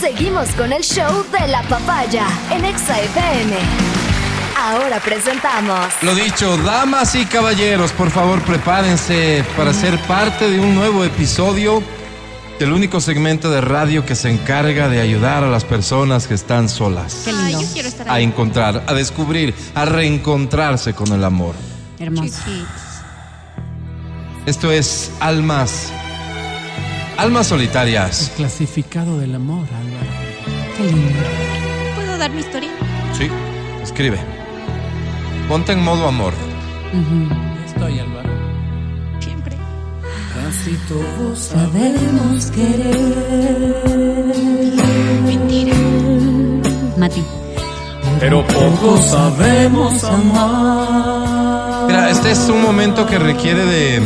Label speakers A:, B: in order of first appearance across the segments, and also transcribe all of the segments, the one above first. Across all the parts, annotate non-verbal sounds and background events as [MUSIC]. A: Seguimos con el show de la papaya en Exa FM. Ahora presentamos.
B: Lo dicho, damas y caballeros, por favor prepárense para ser parte de un nuevo episodio del único segmento de radio que se encarga de ayudar a las personas que están solas
C: Qué lindo.
D: Ay, yo quiero estar
B: a
D: ahí.
B: encontrar, a descubrir, a reencontrarse con el amor.
C: Hermoso.
D: Chiquitos.
B: Esto es Almas, Almas Solitarias.
E: Clasificado del amor, Álvaro.
C: Qué lindo.
D: ¿Puedo dar mi historia?
B: Sí, escribe. Ponte en modo amor.
C: Ujú.
E: Estoy, Álvaro.
D: Siempre.
E: Casi todos
D: Mentira.
C: Mati.
E: Pero poco sabemos
B: Mira, este es un momento que requiere de,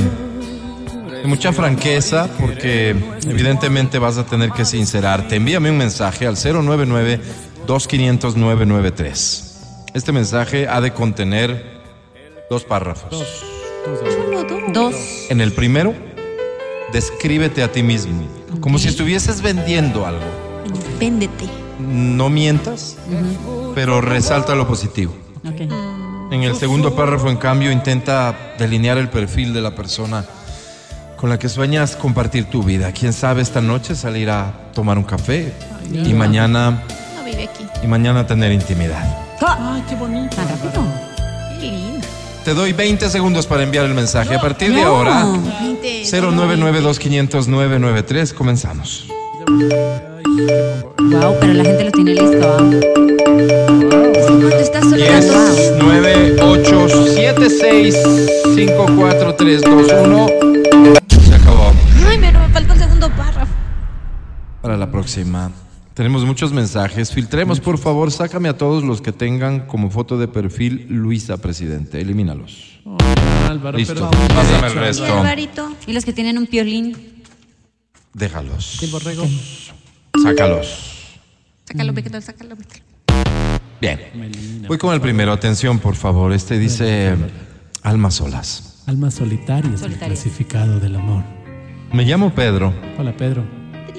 B: de mucha franqueza porque evidentemente vas a tener que sincerarte. Envíame un mensaje al 099-2500-993. Este mensaje ha de contener dos párrafos.
D: Solo dos.
C: Dos.
B: En el primero, descríbete a ti mismo, como si estuvieses vendiendo algo.
D: Véndete.
B: No mientas, pero resalta lo positivo.
C: Ok.
B: En el segundo párrafo, en cambio, intenta delinear el perfil de la persona con la que sueñas compartir tu vida. Quién sabe esta noche salir a tomar un café y mañana
D: No vive aquí.
B: y mañana tener intimidad.
E: Ay, qué bonito.
C: Tan rápido.
D: Qué linda.
B: Te doy 20 segundos para enviar el mensaje. A partir de ahora,
C: No.
D: Veinte, veinte.
B: 0992500993, comenzamos.
C: Wow, pero la gente lo tiene listo. ah.
D: Cuando estás solo
B: 10,
D: las dos.
B: 9, 8, 7, 6, 5, 4, 3, 2, 1. Se acabó.
D: Ay, pero me falta el segundo párrafo.
B: Para la próxima. Tenemos muchos mensajes. Filtremos, por favor. Sácame a todos los que tengan como foto de perfil Luisa, presidente. Elimínalos.
E: Álvaro,
B: Listo.
E: pero-
B: Pásame el
D: Y
B: resto.
D: Alvarito.
C: Y los que tienen un piolín.
B: Déjalos.
E: Sí, borrego.
B: Sácalos.
D: Sácalo, Beto, sácalo, Beto.
B: Bien.
E: Me elimina.
B: Voy con el primero. Atención, por favor. Este dice Almas Solas.
E: Almas solitarias, el
C: Solitarias.
E: clasificado del amor.
B: Me llamo Pedro.
E: Hola, Pedro.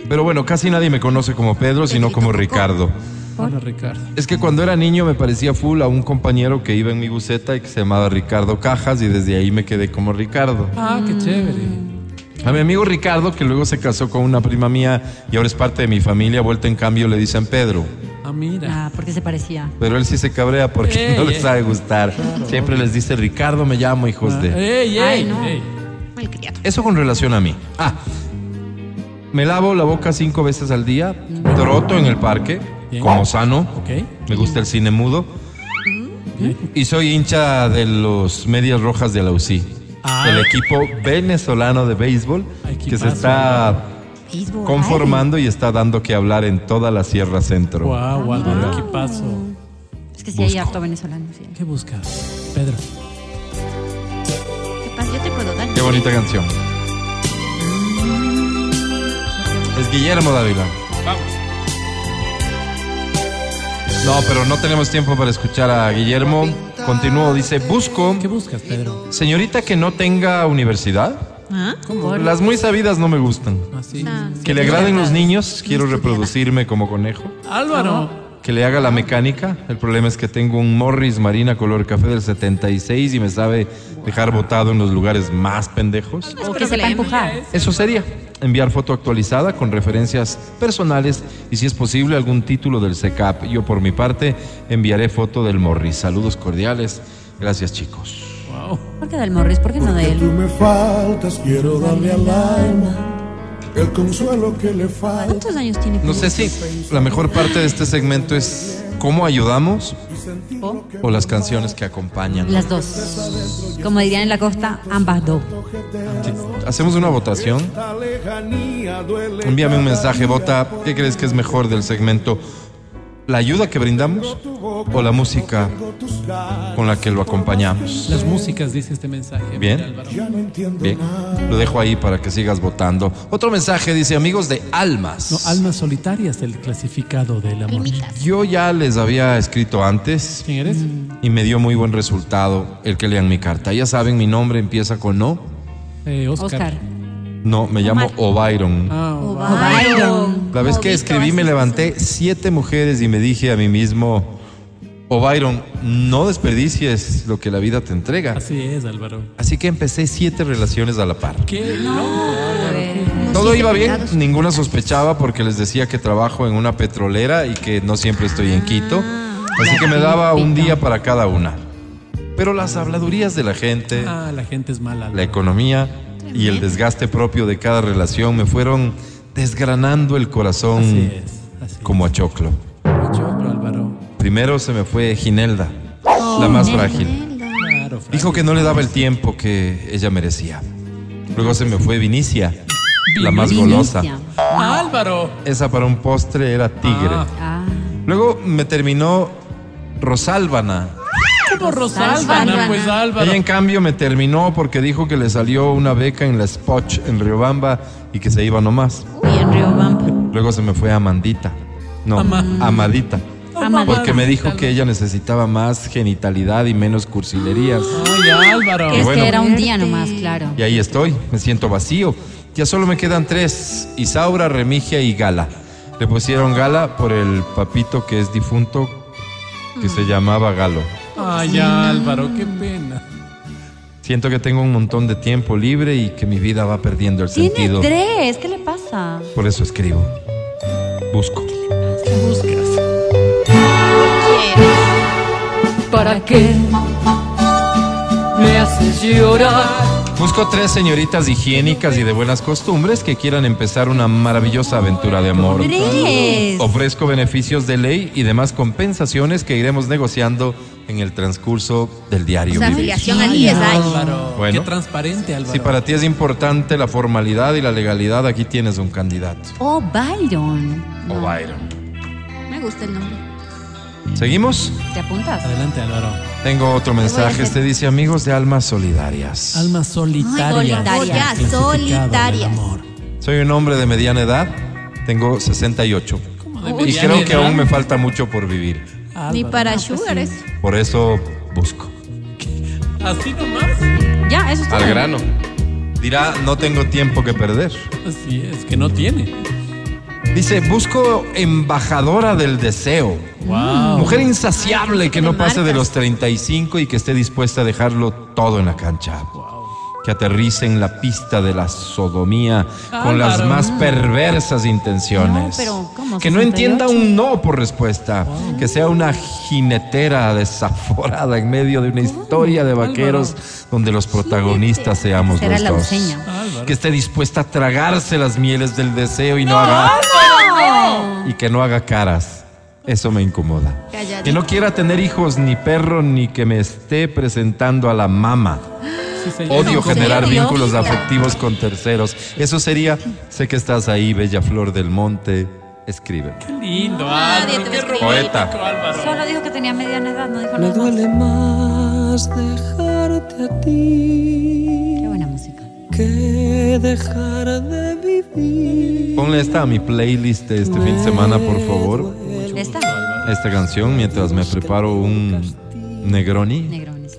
B: Pero bueno, casi nadie me conoce como Pedro, sino como Ricardo.
E: Hola, Ricardo.
B: Es que cuando era niño me parecía full a un compañero que iba en mi buceta y que se llamaba Ricardo Cajas y desde ahí me quedé como Ricardo.
E: Ah,
C: Mm.
E: qué chévere.
B: A mi amigo Ricardo, que luego se casó con una prima mía y ahora es parte de mi familia, vuelta en cambio le dicen Pedro.
E: Ah, mira.
C: Ah, porque se parecía.
B: Pero él sí se cabrea porque [LAUGHS]
E: Ey,
B: no les
E: ey.
B: sabe gustar. Siempre les dice Ricardo, me llamo, hijos de.
E: ¡Ey, ey!
C: Ay, no.
E: ey.
D: Malcriado.
B: Eso con relación a mí. Ah, me lavo la boca cinco veces al día, troto en el parque,
E: Bien.
B: como sano,
E: Ok.
B: me gusta el cine mudo
E: Mm.
B: y soy hincha de los Medias Rojas de la UCI,
E: Ah.
B: el equipo venezolano de béisbol que se
E: Equipazo.
B: está
D: Béisbol.
B: conformando y está dando que hablar en toda la Sierra Centro.
E: Guau, Álvaro, qué paso.
C: Es que sí hay
B: Busco.
C: harto venezolano. sí.
E: ¿Qué buscas, Pedro?
D: Ay, ¿Qué pasa? Yo te puedo dar.
B: Qué bonita canción. Es Guillermo Dávila. Vamos. No, pero no tenemos tiempo para escuchar a Guillermo. Continúo, dice, busco
E: ¿Qué buscas, Pedro?
B: señorita que no tenga universidad.
D: ¿Ah?
C: Por-
B: Las muy sabidas no me gustan.
E: Así.
C: Ah.
D: No.
B: Que le agraden los niños, quiero reproducirme como conejo.
E: Álvaro.
B: Que le haga la mecánica. El problema es que tengo un Morris Marina color café del 76 y me sabe dejar botado en los lugares más pendejos.
C: O que sepa
D: ¿eh?
C: empujar.
B: Eso sería enviar foto actualizada con referencias personales y si es posible algún título del CECAP. Yo por mi parte enviaré foto del Morris. Saludos cordiales. Gracias chicos.
E: Wow.
C: ¿Por qué del Morris? ¿Por qué no de
F: Porque tú
C: él?
F: me faltas, quiero darle al alma el consuelo que le falta.
D: ¿Cuántos años tiene?
B: No sé si la mejor parte de este segmento es cómo ayudamos
C: O
B: o las canciones que acompañan.
C: Las dos. Como dirían en la costa, ambas dos.
B: Hacemos una votación.
F: La lejanía duele.
B: Envíame un mensaje, vota. ¿Qué crees que es mejor del segmento? ¿La ayuda que brindamos o la música con la que lo acompañamos?
E: Las músicas, dice este mensaje.
B: Bien.
E: Mira, Álvaro.
F: Ya no entiendo
B: Bien,
F: nada.
B: lo dejo ahí para que sigas votando. Otro mensaje dice, amigos de Almas.
E: No, almas solitarias, el clasificado del amor.
B: Yo ya les había escrito antes
E: ¿Quién eres?
C: Mm.
B: y me dio muy buen resultado el que lean mi carta. Ya saben, mi nombre empieza con no.
E: Eh, Oscar.
C: Oscar.
B: No, me llamo O'Byron.
E: Ah,
C: O
E: wow.
C: Byron.
B: La vez que escribí me levanté siete mujeres y me dije a mí mismo, oh Byron, no desperdicies lo que la vida te entrega.
E: Así es, Álvaro.
B: Así que empecé siete relaciones a la par.
E: Qué loco.
B: Todo iba bien, ninguna sospechaba porque les decía que trabajo en una petrolera y que no siempre estoy en Quito.
E: Ah.
B: Así que me daba un día para cada una. Pero las habladurías de la gente,
E: Ah, la gente es mala.
B: la
E: Álvaro.
B: economía y el desgaste propio de cada relación me fueron desgranando el
E: Así
B: corazón
E: es. Así es.
B: como a choclo.
E: Choclo, Álvaro.
B: Primero se me fue Ginelda, la más frágil.
E: Claro, Fran.
B: Dijo que no le daba el tiempo que ella merecía. Luego se me fue Vinicia, la más golosa.
C: Vinicia.
E: Álvaro.
B: Esa para un postre era tigre.
E: Ah,
C: Ah,
B: Luego me terminó Rosálvana.
E: como
C: Álvaro.
E: Rosalba, pues Álvaro.
B: Ella en cambio me terminó porque dijo que le salió una beca en la Spoch en Riobamba y que se iba nomás.
C: uy, en Riobamba.
B: Luego se me fue Amandita. No,
E: Ama-
B: Amadita.
C: Amadita.
B: Porque me dijo que ella necesitaba más genitalidad y menos cursilerías.
C: Ah.
E: Ay, Álvaro.
C: Que es
B: bueno.
C: que era un día nomás, claro.
B: Y ahí estoy, me siento vacío. Ya solo me quedan tres, Isaura, Remigia y Gala. Le pusieron Gala por el papito que es difunto, que
C: Mm.
B: se llamaba Galo.
E: Ay, Álvaro, qué pena.
B: Siento que tengo un montón de tiempo libre y que mi vida va perdiendo el
C: Tiene
B: sentido.
C: tres, ¿qué le pasa?
B: Por eso escribo. Busco.
G: ¿Para qué me haces llorar?
B: Busco tres señoritas higiénicas y de buenas costumbres que quieran empezar una maravillosa aventura de amor.
C: Tres.
B: Ofrezco beneficios de ley y demás compensaciones que iremos negociando en el transcurso del diario.
D: Esa
B: vivir.
D: afiliación al IES, ay.
E: Álvaro.
B: Bueno.
E: Qué transparente, Álvaro.
B: Si para ti es importante la formalidad y la legalidad, aquí tienes un candidato.
C: Oh, Byron.
B: O Byron.
D: Me gusta el nombre.
B: ¿Seguimos?
C: ¿Te apuntas?
E: Adelante, Álvaro.
B: Tengo otro mensaje. Este dice, amigos de almas solidarias.
E: Almas solitarias.
C: Ay, solitaria,
E: Clasificado del
D: solitaria.
E: amor.
B: Soy un hombre de mediana edad. Tengo 68. Y creo que aún me falta mucho por vivir.
D: Ni
E: Álvaro.
C: Ah, pues
D: para Sugar es.
B: Por eso busco.
E: Así nomás.
C: Ya, eso está.
B: Al grano. Dirá, no tengo tiempo que perder.
E: Así es, que no tiene.
B: Dice, busco embajadora del deseo.
E: Wow.
B: Mujer insaciable que no pase de los 35 y que esté dispuesta a dejarlo todo en la cancha. Que aterrice en la pista de la sodomía con las
E: Álvaro.
B: más perversas intenciones.
C: No, pero, ¿cómo?
B: Que no
C: 68?
B: entienda un no por respuesta. Que sea una jinetera desaforada en medio de una historia de vaqueros donde los protagonistas seamos
C: Será
B: los
C: la
B: dos.
C: useña.
E: Álvaro.
B: Que esté dispuesta a tragarse las mieles del deseo y no, haga y que no haga caras. Eso me incomoda.
D: Cállate.
B: Que no quiera tener hijos ni perro ni que me esté presentando a la mama.
E: Sí, señor.
B: Odio
D: ¿cómo?
B: generar
D: Serio?
B: vínculos afectivos con terceros. Eso sería, sé que estás ahí, bella flor del monte, escribe.
E: Qué lindo,
D: te va a
E: Álvaro. Qué
D: escribir.
E: romántico,
B: Poeta.
E: Álvaro.
C: Solo dijo que tenía mediana edad, no dijo
G: Me
C: nada. más.
G: duele más dejarte a ti
C: Qué buena música.
G: que dejar de vivir.
B: Ponle esta a mi playlist de este fin de semana, por favor.
C: ¿Esta?
B: Esta canción mientras me preparo un Negroni. ¿Mm?
C: Negrones.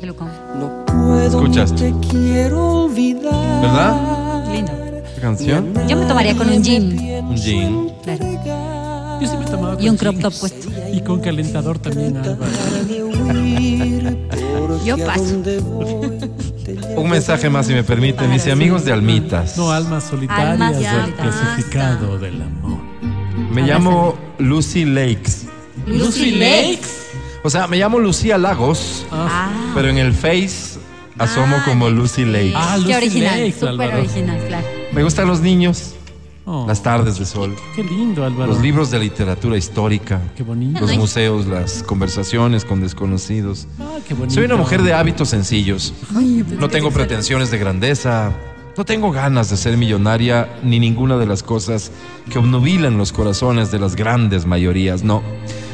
C: Te lo como.
G: No puedo,
B: Escuchas.
G: no te quiero olvidar.
B: ¿Verdad?
C: Lindo.
B: Esta canción.
C: Yo me tomaría con un jean.
B: Un jean.
C: Claro.
E: Yo sí me tomaba
C: Y
E: con
C: un crop top
E: jeans.
C: puesto.
E: Y con calentador también, Álvaro.
D: Yo paso.
B: Un mensaje más, si me permiten. Dice, amigos de Almitas.
E: No, almas solitarias
C: Almas
E: del
C: solitarias.
E: clasificado del amor.
B: Me llamo Lucy Lakes.
C: Lucy Lakes.
B: O sea, me llamo Lucía Lagos,
C: Ah.
B: pero en el Face asomo como Lucy Lakes.
E: Ah, Lucy
C: Qué original.
E: Lakes,
C: Súper
E: Álvaro.
C: original, claro.
B: Me gustan los niños,
E: Oh,
B: las tardes de sol,
E: Qué lindo, Álvaro.
B: los libros de literatura histórica,
E: Qué bonito.
B: los museos, las conversaciones con desconocidos.
E: Ah, qué bonito.
B: Soy una mujer de hábitos sencillos. No tengo pretensiones de grandeza. No tengo ganas de ser millonaria ni ninguna de las cosas que obnubilan los corazones de las grandes mayorías. No.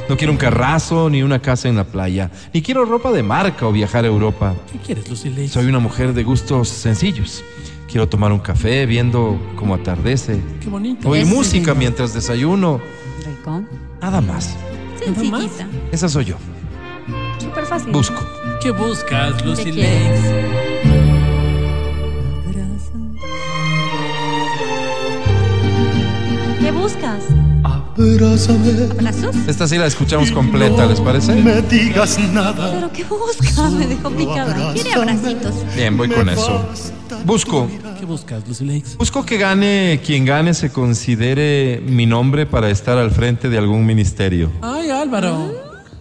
B: No quiero un carrazo ni una casa en la playa. Ni quiero ropa de marca o viajar a Europa.
E: ¿Qué quieres, Lucy Lakes?
B: Soy una mujer de gustos sencillos. Quiero tomar un café viendo cómo atardece.
E: Qué bonito.
B: Oír
C: Eso,
B: música
C: lindo.
B: mientras desayuno.
C: Rico.
B: Nada más.
D: Sencillita.
B: Esa soy yo.
C: Súper fácil.
B: Busco.
E: ¿Qué buscas, Lucy
C: quiero.
E: Lakes?
C: ¿Qué buscas?
H: Abrázame,
D: ¿Abrazos?
B: Esta sí la escuchamos completa, ¿les parece?
H: me digas nada.
C: ¿Pero qué buscas? Me dejó picada.
D: Quiere abracitos.
B: Bien, voy con eso. Busco.
E: ¿Qué buscas, Lucy Lakes?
B: Busco que gane quien gane se considere mi nombre para estar al frente de algún ministerio.
E: Ay, Álvaro.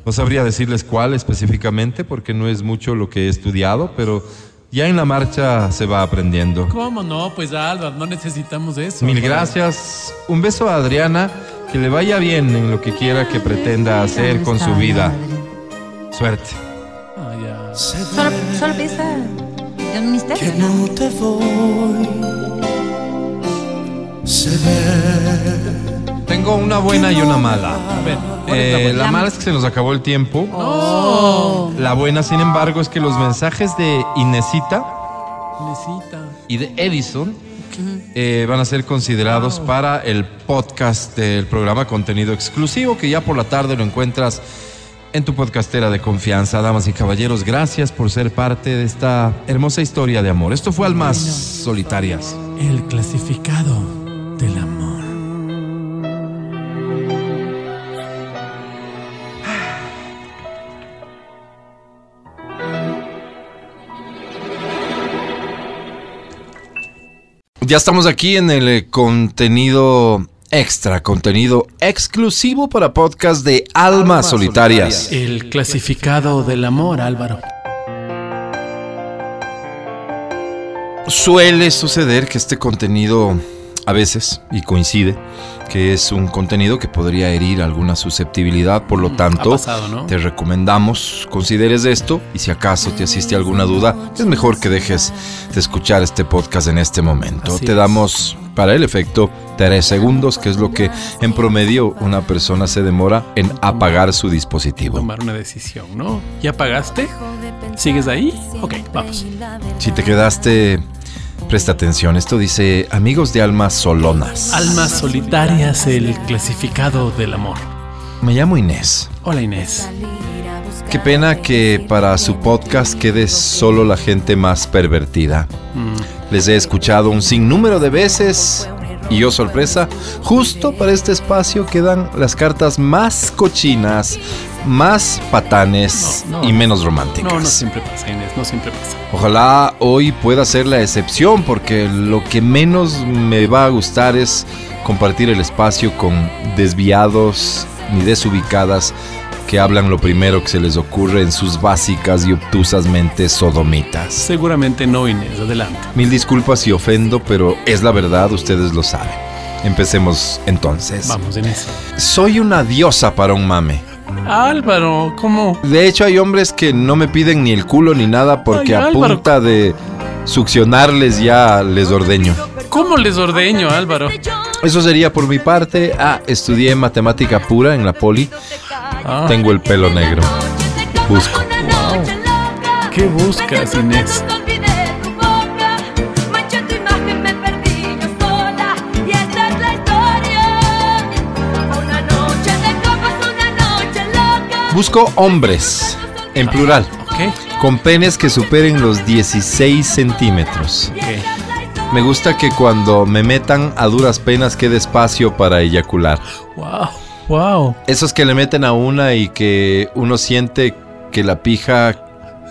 B: No sabría decirles cuál específicamente porque no es mucho lo que he estudiado, pero ya en la marcha se va aprendiendo.
E: ¿Cómo no? Pues Álvaro, no necesitamos eso.
B: Mil
E: Álvaro.
B: gracias. Un beso a Adriana. Que le vaya bien en lo que quiera que pretenda hacer con su vida. Suerte.
E: Ay, Ah, ya.
C: Solo, solo piensa en un misterio.
G: No te voy. Se ve
B: Tengo una buena y una mala.
E: A ver, ¿cuál es la
B: Eh,
E: buena?
B: la mala es que se nos acabó el tiempo. La buena, sin embargo, es que los mensajes de Inesita
E: Necesita.
B: y de Edison eh, van a ser considerados para el podcast del programa Contenido Exclusivo, que ya por la tarde lo encuentras en tu podcastera de confianza. Damas y caballeros, gracias por ser parte de esta hermosa historia de amor. Esto fue Almas Solitarias.
E: El clasificado del amor.
B: Ya estamos aquí en el eh, contenido extra, contenido exclusivo para podcast de Almas, Solitarias.
E: El clasificado del amor, Álvaro.
B: Suele suceder que este contenido a veces, y coincide, que es un contenido que podría herir alguna susceptibilidad, por lo tanto,
E: Mm, ha pasado, ¿no?
B: te recomendamos, consideres esto y si acaso te asiste alguna duda, es mejor que dejes de escuchar este podcast en este momento.
E: Así
B: te
E: es.
B: damos, para el efecto, tres segundos, que es lo que en promedio una persona se demora en apagar su dispositivo.
E: Tomar una decisión, ¿no? ¿Ya pagaste? ¿Sigues ahí? Ok, vamos.
B: Si te quedaste, presta atención. Esto dice, amigos de almas solonas.
E: Almas solitarias, el clasificado del amor.
B: Me llamo Inés.
E: Hola Inés.
B: Qué pena que para su podcast quede solo la gente más pervertida.
E: Mm.
B: Les he escuchado un sinnúmero de veces y yo sorpresa, justo para este espacio quedan las cartas más cochinas, más patanes
E: No, no.
B: y menos románticas.
E: No, no siempre pasa Inés, no siempre pasa.
B: Ojalá hoy pueda ser la excepción porque lo que menos me va a gustar es compartir el espacio con desviados ni desubicadas que hablan lo primero que se les ocurre en sus básicas y obtusas mentes sodomitas.
E: Seguramente no Inés, adelante.
B: Mil disculpas si ofendo, pero es la verdad, ustedes lo saben. Empecemos entonces.
E: Vamos Inés.
B: Soy una diosa para un mame.
E: Álvaro, ¿cómo?
B: De hecho, hay hombres que no me piden ni el culo ni nada porque
E: Ay,
B: a
E: Álvaro.
B: punta de succionarles ya les ordeño.
E: ¿Cómo les ordeño, Álvaro?
B: Eso sería por mi parte. Ah, estudié matemática pura en la poli.
E: Ah,
B: Tengo el pelo negro. Busco.
E: ¿Qué buscas Inés?
B: Busco hombres, en plural,
E: Ok,
B: con penes que superen los 16 centímetros.
E: ok.
B: Me gusta que cuando me metan a duras penas quede espacio para eyacular.
E: Wow, wow.
B: Esos que le meten a una y que uno siente que la pija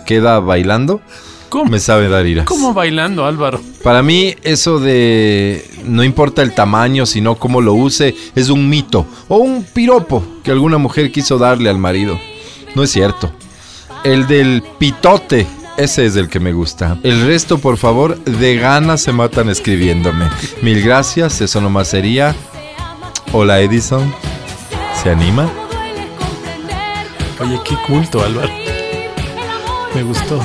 B: queda bailando,
E: ¿Cómo?
B: me sabe dar iras.
E: ¿Cómo bailando, Álvaro?
B: Para mí eso de no importa el tamaño, sino cómo lo use, es un mito o un piropo que alguna mujer quiso darle al marido. No es cierto. El del pitote, ese es el que me gusta. El resto, por favor, de ganas se matan escribiéndome. Mil gracias, eso nomás sería. Hola Edison, ¿se anima?
E: Oye, qué culto, Álvaro. Me gustó.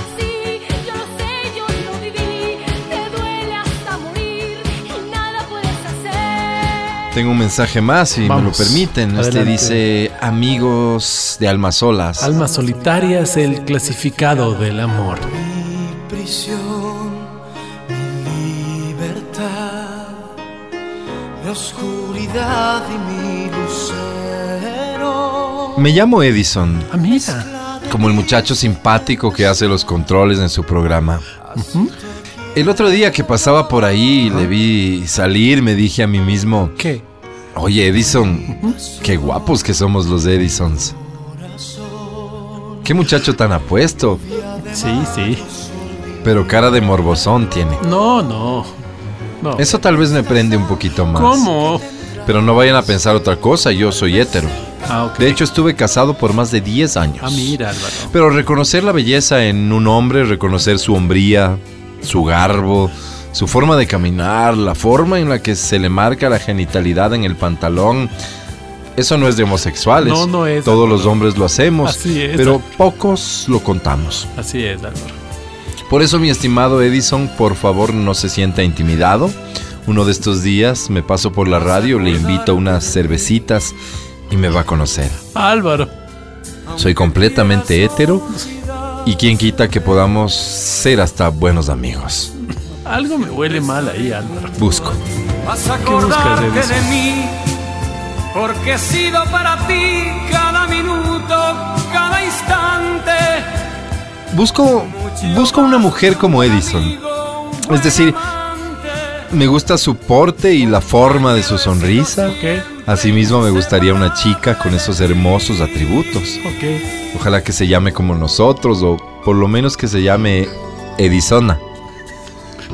B: Tengo un mensaje más, si me lo
E: Vamos,
B: permiten. Este
E: adelante.
B: dice, amigos de almas solas.
E: Almas solitarias, el clasificado del amor.
G: mi prisión, mi libertad, mi oscuridad y mi lucero.
B: me llamo Edison.
E: Ah, mira.
B: como el muchacho simpático que hace los controles en su programa. El otro día que pasaba por ahí y le vi salir, me dije a mí mismo,
E: ¿Qué?
B: Oye, Edison, qué guapos que somos los Edisons. Qué muchacho tan apuesto,
I: Sí, sí.
B: pero cara de morbosón tiene.
I: No, no. No.
B: Eso tal vez me prende un poquito más.
I: ¿Cómo?
B: Pero no vayan a pensar otra cosa, yo soy hétero.
I: Ah, ok.
B: De hecho, estuve casado por más de 10 años.
I: Ah, mira, Álvaro.
B: Pero reconocer la belleza en un hombre, reconocer su hombría, su garbo, su forma de caminar, la forma en la que se le marca la genitalidad en el pantalón, eso no es de homosexuales.
I: No, no es,
B: Todos los
I: Álvaro.
B: hombres lo hacemos,
I: Así es,
B: pero pocos lo contamos.
I: Así es, Álvaro.
B: Por eso, mi estimado Edison, por favor no se sienta intimidado. Uno de estos días me paso por la radio, le invito unas cervecitas y me va a conocer.
I: Álvaro.
B: Soy completamente hétero y quien quita que podamos ser hasta buenos amigos.
I: Algo me huele mal ahí, Álvaro.
B: Busco.
E: Vas a
I: buscas,
E: acordarte
I: Edison?
E: de mí, porque he sido para ti cada minuto, cada instante.
B: Busco busco una mujer como Edison.
E: Digo, un
B: Es decir,
E: amante.
B: me gusta su porte y la forma de su sonrisa.
I: Ok,
B: Asimismo me gustaría una chica con esos hermosos atributos.
I: ok.
B: Ojalá que se llame como nosotros o por lo menos que se llame Edisona.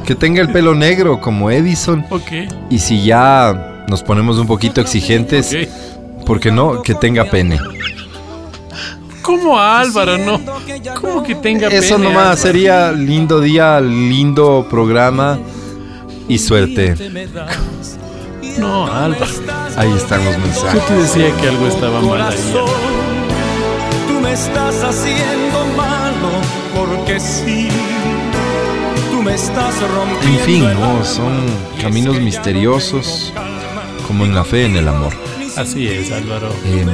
B: Que tenga el pelo negro como Edison
I: Ok,
B: y si ya nos ponemos un poquito exigentes,
I: ok.
B: ¿por qué no? Que tenga pene.
I: ¿Cómo Álvaro, no? ¿Cómo que tenga
B: Eso
I: pene,
B: nomás
I: Álvaro?
B: sería lindo día, lindo programa y suerte.
I: No, Álvaro.
B: Ahí están los
I: Yo
B: mensajes.
I: te decía que algo estaba mal ahí. ¿eh?
E: Corazón, tú me estás haciendo malo, porque sí, tú me estás rompiendo.
B: En fin,
E: el
B: no,
E: alma,
B: son
E: y es
B: caminos
E: que ya no
B: misteriosos,
E: tengo calma.
B: como en la fe, en el amor.
I: Así es, Álvaro.
B: Eh,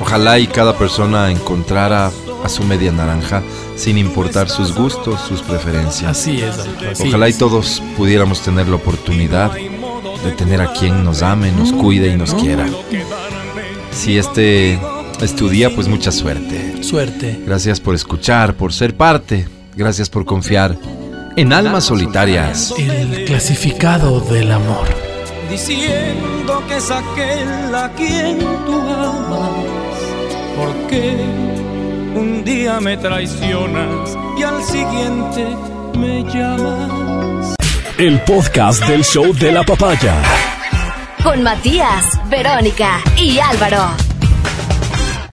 B: ojalá y cada persona encontrara a su media naranja sin importar sus gustos, sus preferencias.
I: Así es, Álvaro. así
B: Ojalá y
I: es.
B: todos pudiéramos tener la oportunidad de tener a quien nos ame, nos cuide y nos quiera. Si este es tu día, pues mucha suerte.
I: Suerte.
B: Gracias por escuchar, por ser parte. Gracias por confiar en Almas Solitarias.
I: El clasificado del amor.
E: Diciendo que es aquel a quien tú amas, porque un día me traicionas y al siguiente me llamas.
J: El podcast del show de la papaya.
A: Con Matías, Verónica y Álvaro.